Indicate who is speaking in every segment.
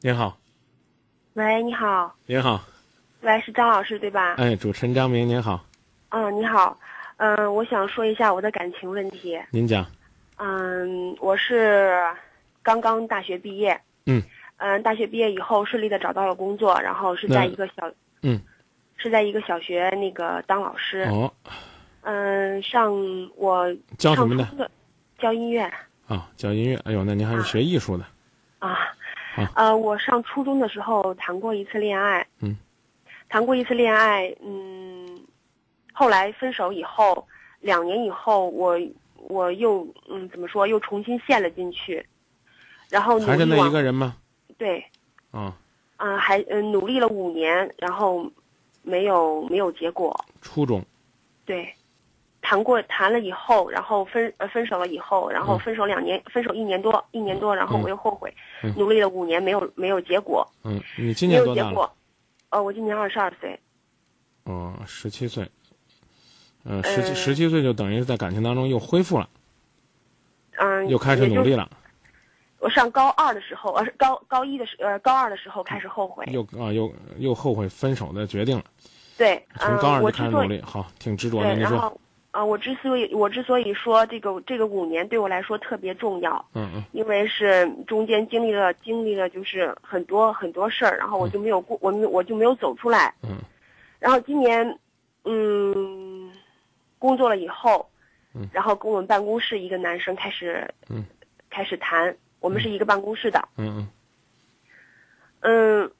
Speaker 1: 您好，
Speaker 2: 喂，你好，
Speaker 1: 您好，
Speaker 2: 喂，是张老师对吧？
Speaker 1: 哎，主持人张明，您好，
Speaker 2: 嗯，你好，嗯，我想说一下我的感情问题。
Speaker 1: 您讲，
Speaker 2: 嗯，我是刚刚大学毕业。
Speaker 1: 嗯。
Speaker 2: 嗯，大学毕业以后顺利的找到了工作，然后是
Speaker 1: 那
Speaker 2: 在一个小，
Speaker 1: 嗯，
Speaker 2: 是在一个小学那个当老师。
Speaker 1: 哦，
Speaker 2: 嗯，上我
Speaker 1: 教什
Speaker 2: 上
Speaker 1: 么的
Speaker 2: 初的，教音乐
Speaker 1: 啊？教音乐，哎呦，那您还是学艺术的，
Speaker 2: 啊
Speaker 1: 啊。
Speaker 2: 呃，我上初中的时候谈过一次恋爱。
Speaker 1: 嗯。
Speaker 2: 谈过一次恋爱，嗯，后来分手以后，两年以后，我我又嗯怎么说，又重新陷了进去，然后努
Speaker 1: 还是
Speaker 2: 力啊
Speaker 1: 那
Speaker 2: 往
Speaker 1: 一个人吗？
Speaker 2: 对，
Speaker 1: 啊，
Speaker 2: 嗯、还嗯、努力了五年，然后没有没有结果，
Speaker 1: 初中，
Speaker 2: 对，谈过谈了以后，然后分呃分手了以后，然
Speaker 1: 嗯
Speaker 2: 后分手两年，分手一年多，一年多，然后
Speaker 1: 嗯
Speaker 2: 我又后悔，
Speaker 1: 嗯
Speaker 2: 努力了五年没有没有结果，
Speaker 1: 嗯，你今
Speaker 2: 没
Speaker 1: 年
Speaker 2: 有
Speaker 1: 多
Speaker 2: 结
Speaker 1: 大了？
Speaker 2: 果，呃，我今年二十二岁，
Speaker 1: 哦，十七岁，呃，
Speaker 2: 呃
Speaker 1: 十七十七岁就等于是在感情当中又恢复了，
Speaker 2: 嗯、
Speaker 1: 又开始
Speaker 2: 也就
Speaker 1: 努力了，
Speaker 2: 我上高二的时候，呃，高高一的时，呃，高二的时候开始后悔。
Speaker 1: 又啊又又后悔分手的决定了，
Speaker 2: 对，
Speaker 1: 从高
Speaker 2: 嗯、
Speaker 1: 二
Speaker 2: 我
Speaker 1: 就
Speaker 2: 之
Speaker 1: 开始
Speaker 2: 所
Speaker 1: 努
Speaker 2: 以
Speaker 1: 力，好，挺执着的。
Speaker 2: 对，
Speaker 1: 您
Speaker 2: 然
Speaker 1: 说，
Speaker 2: 后，呃，我之所以我之所以说这个这个五年对我来说特别重要，
Speaker 1: 嗯嗯
Speaker 2: 因为是中间经历了经历了就是很多很多事儿，然后我就没有过，我没有我就没有走出来。
Speaker 1: 嗯
Speaker 2: 然后今年，嗯，工作了以后
Speaker 1: 嗯，
Speaker 2: 然后跟我们办公室一个男生开始，
Speaker 1: 嗯
Speaker 2: 开始谈，我们是一个办公室的，
Speaker 1: 嗯嗯，
Speaker 2: 嗯，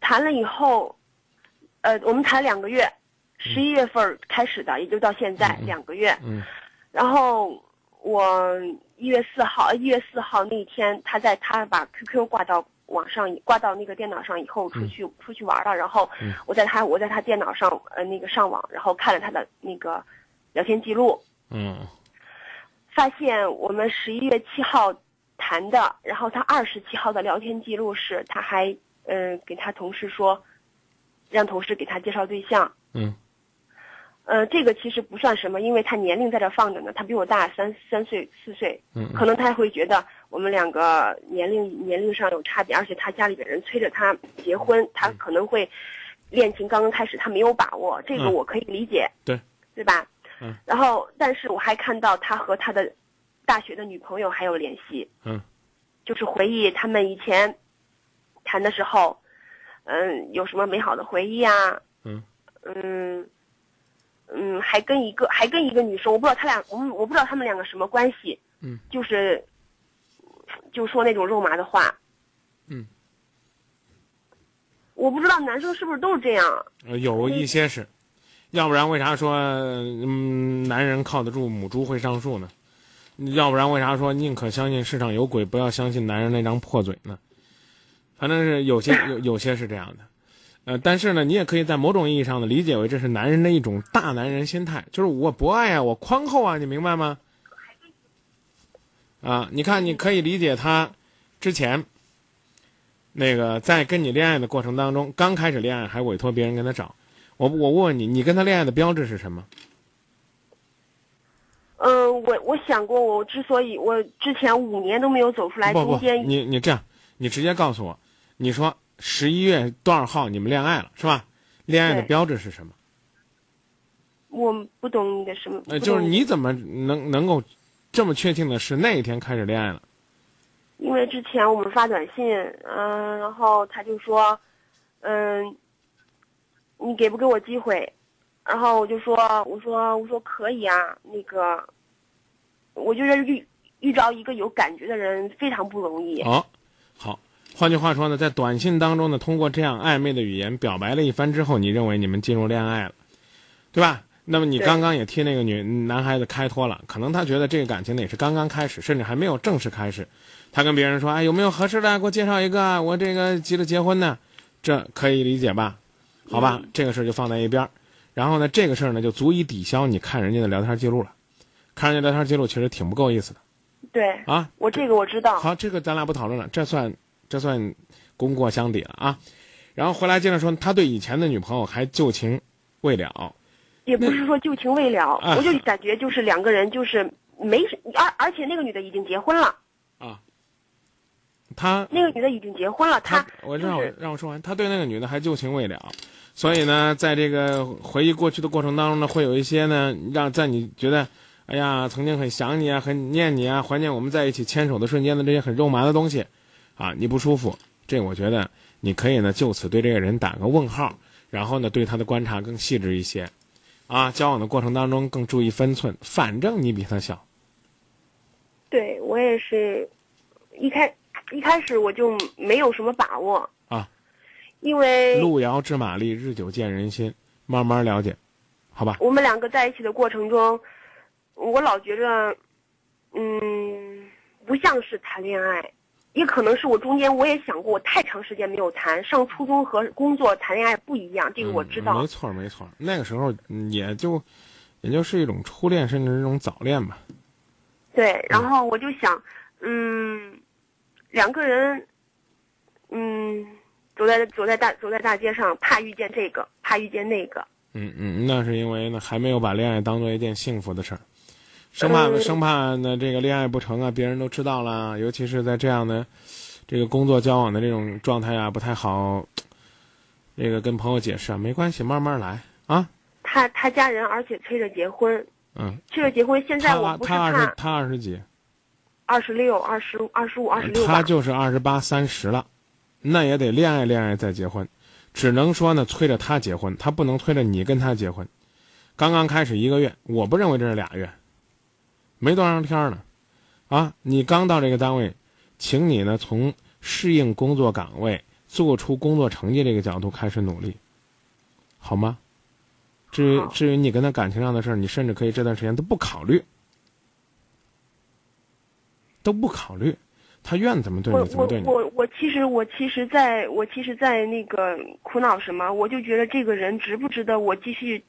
Speaker 2: 谈了以后，呃，我们谈两个月，十一月份儿开始的，也就到现在
Speaker 1: 嗯嗯嗯
Speaker 2: 两个月。
Speaker 1: 嗯
Speaker 2: 然后我一月四号，一月四号那一天，他在他把 QQ 挂到网上，挂到那个电脑上以后，出去、出去玩了。然后
Speaker 1: 嗯
Speaker 2: 我在他我在他电脑上呃那个上网，然后看了他的那个聊天记录，
Speaker 1: 嗯
Speaker 2: 发现我们十一月七号谈的，然后他二十七号的聊天记录是，他还嗯、呃给他同事说，让同事给他介绍对象。
Speaker 1: 嗯
Speaker 2: 呃，这个其实不算什么，因为他年龄在这放着呢，他比我大三三岁四岁，
Speaker 1: 嗯
Speaker 2: 可能他会觉得我们两个年龄年龄上有差别，而且他家里边人催着他结婚，他可能会恋情刚刚开始，他没有把握，这个
Speaker 1: 嗯
Speaker 2: 我可以理解，
Speaker 1: 对，
Speaker 2: 对吧？
Speaker 1: 嗯。
Speaker 2: 然后，但是我还看到他和他的大学的女朋友还有联系，
Speaker 1: 嗯，
Speaker 2: 就是回忆他们以前谈的时候，嗯，有什么美好的回忆啊？
Speaker 1: 嗯
Speaker 2: 嗯嗯，还跟一个还跟一个女生，我不知道他俩，我我不知道他们两个什么关系。
Speaker 1: 嗯，
Speaker 2: 就是就说那种肉麻的话。
Speaker 1: 嗯，
Speaker 2: 我不知道男生是不是都是这样。
Speaker 1: 呃有一些是，要不然为啥说嗯男人靠得住母猪会上树呢？要不然为啥说宁可相信世上有鬼，不要相信男人那张破嘴呢？反正是有些有有些是这样的，呃，但是呢，你也可以在某种意义上呢理解为这是男人的一种大男人心态，就是我博爱啊，我宽厚啊，你明白吗？啊，你看，你可以理解他之前那个在跟你恋爱的过程当中，刚开始恋爱还委托别人跟他找，我我问问你，你跟他恋爱的标志是什么？
Speaker 2: 嗯、我我想过，我之所以我之前五年都没有走出来，
Speaker 1: 不
Speaker 2: 中
Speaker 1: 不，
Speaker 2: 间
Speaker 1: 你你这样，你直接告诉我，你说十一月多少号你们恋爱了是吧？恋爱的
Speaker 2: 对
Speaker 1: 标志是什么？
Speaker 2: 我不懂你的什么。
Speaker 1: 呃，
Speaker 2: 不
Speaker 1: 就是
Speaker 2: 懂的，
Speaker 1: 你怎么能能够这么确定的是那一天开始恋爱了？
Speaker 2: 因为之前我们发短信，嗯、然后他就说，嗯、你给不给我机会？然后我就说，我说我说可以啊，那个，我觉得遇遇着一个有感觉的人非常不容易。
Speaker 1: 哦，好。换句话说呢，在短信当中呢，通过这样暧昧的语言表白了一番之后，你认为你们进入恋爱了，对吧？那么你
Speaker 2: 对
Speaker 1: 刚刚也替那个女男孩子开脱了，可能他觉得这个感情呢也是刚刚开始，甚至还没有正式开始。他跟别人说：“哎，有没有合适的？给我介绍一个啊，我这个急着结婚呢。”这可以理解吧？好吧，这个事儿就放在一边儿。然后呢，这个事儿呢就足以抵消你看人家的聊天记录了。看人家聊天记录其实挺不够意思的
Speaker 2: 对，
Speaker 1: 啊。
Speaker 2: 我这个我知道。
Speaker 1: 好，这个咱俩不讨论了，这算这算功过相抵了啊。然后回来接着说，他对以前的女朋友还旧情未了。
Speaker 2: 也不是说旧情未了，
Speaker 1: 啊
Speaker 2: 我就感觉就是两个人就是没什，而而且那个女的已经结婚了
Speaker 1: 啊，他
Speaker 2: 那个女的已经结婚了，
Speaker 1: 他
Speaker 2: 她
Speaker 1: 我
Speaker 2: 就
Speaker 1: 让我
Speaker 2: 是
Speaker 1: 让我说完，他对那个女的还旧情未了，所以呢，在这个回忆过去的过程当中呢，会有一些呢，让在你觉得，哎呀，曾经很想你啊，很念你啊，怀念我们在一起牵手的瞬间的这些很肉麻的东西，啊，你不舒服，这我觉得你可以呢，就此对这个人打个问号，然后呢，对他的观察更细致一些，啊，交往的过程当中更注意分寸，反正你比他小，
Speaker 2: 对我也是，一开一开始我就没有什么把握
Speaker 1: 啊，
Speaker 2: 因为
Speaker 1: 路遥知马力，日久见人心，慢慢了解，好吧，
Speaker 2: 我们两个在一起的过程中，我老觉着，嗯，不像是谈恋爱，也可能是我中间我也想过，我太长时间没有谈，上初中和工作谈恋爱不一样，这个我知
Speaker 1: 嗯
Speaker 2: 道
Speaker 1: 没。错儿没错儿，那个时候嗯也就也就是一种初恋，甚至是一种早恋吧。嗯
Speaker 2: 对，然后我就想，嗯，两个人，嗯，走在走在大走在大街上，怕遇见这个，怕遇见那个。
Speaker 1: 嗯嗯，那是因为呢还没有把恋爱当做一件幸福的事儿，生怕、
Speaker 2: 嗯
Speaker 1: 生怕呢这个恋爱不成啊，别人都知道了，尤其是在这样的这个工作交往的这种状态啊，不太好。这个跟朋友解释啊，没关系，慢慢来啊。
Speaker 2: 他他家人，而且催着结婚，
Speaker 1: 嗯，
Speaker 2: 催着结婚。现在
Speaker 1: 他
Speaker 2: 我不是
Speaker 1: 他二十
Speaker 2: 怕
Speaker 1: 他二十几，
Speaker 2: 二十六、二十二十五、二十六吧
Speaker 1: 他。就是二十八三十了，那也得恋爱恋爱再结婚，只能说呢催着他结婚，他不能催着你跟他结婚。刚刚开始一个月，我不认为这是俩月，没多长天儿呢，啊，你刚到这个单位，请你呢从适应工作岗位、做出工作成绩这个角度开始努力，好吗？至于
Speaker 2: 好
Speaker 1: 至于你跟他感情上的事儿，你甚至可以这段时间都不考虑，都不考虑，他愿怎么对
Speaker 2: 我
Speaker 1: 你怎么
Speaker 2: 我
Speaker 1: 对你。
Speaker 2: 我我其实我其实在我其实，在那个苦恼什么，我就觉得这个人值不值得我继续，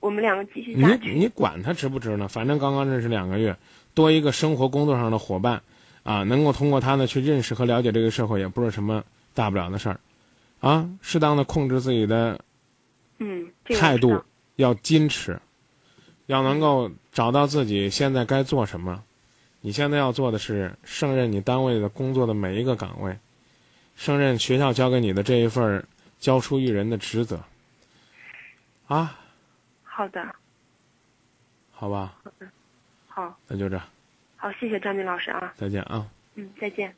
Speaker 2: 我们两个继续下
Speaker 1: 你
Speaker 2: 去。
Speaker 1: 你管他值不值呢？反正刚刚认识两个月，多一个生活工作上的伙伴，啊，能够通过他呢去认识和了解这个社会，也不是什么大不了的事儿，啊，适当的控制自己的
Speaker 2: 嗯，这个我
Speaker 1: 态
Speaker 2: 知
Speaker 1: 度
Speaker 2: 道，
Speaker 1: 要矜持，要能够找到自己现在该做什么。你现在要做的是胜任你单位的工作的每一个岗位，胜任学校交给你的这一份儿教书育人的职责，啊，
Speaker 2: 好的，
Speaker 1: 好吧，
Speaker 2: 好
Speaker 1: 那就这样，
Speaker 2: 好，谢谢张明老师啊，
Speaker 1: 再见啊。
Speaker 2: 嗯，再见。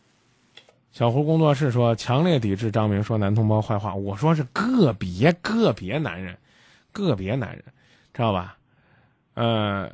Speaker 1: 小胡工作室说，强烈抵制张明说男同胞坏话。我说是个别个别男人，个别男人，知道吧？呃，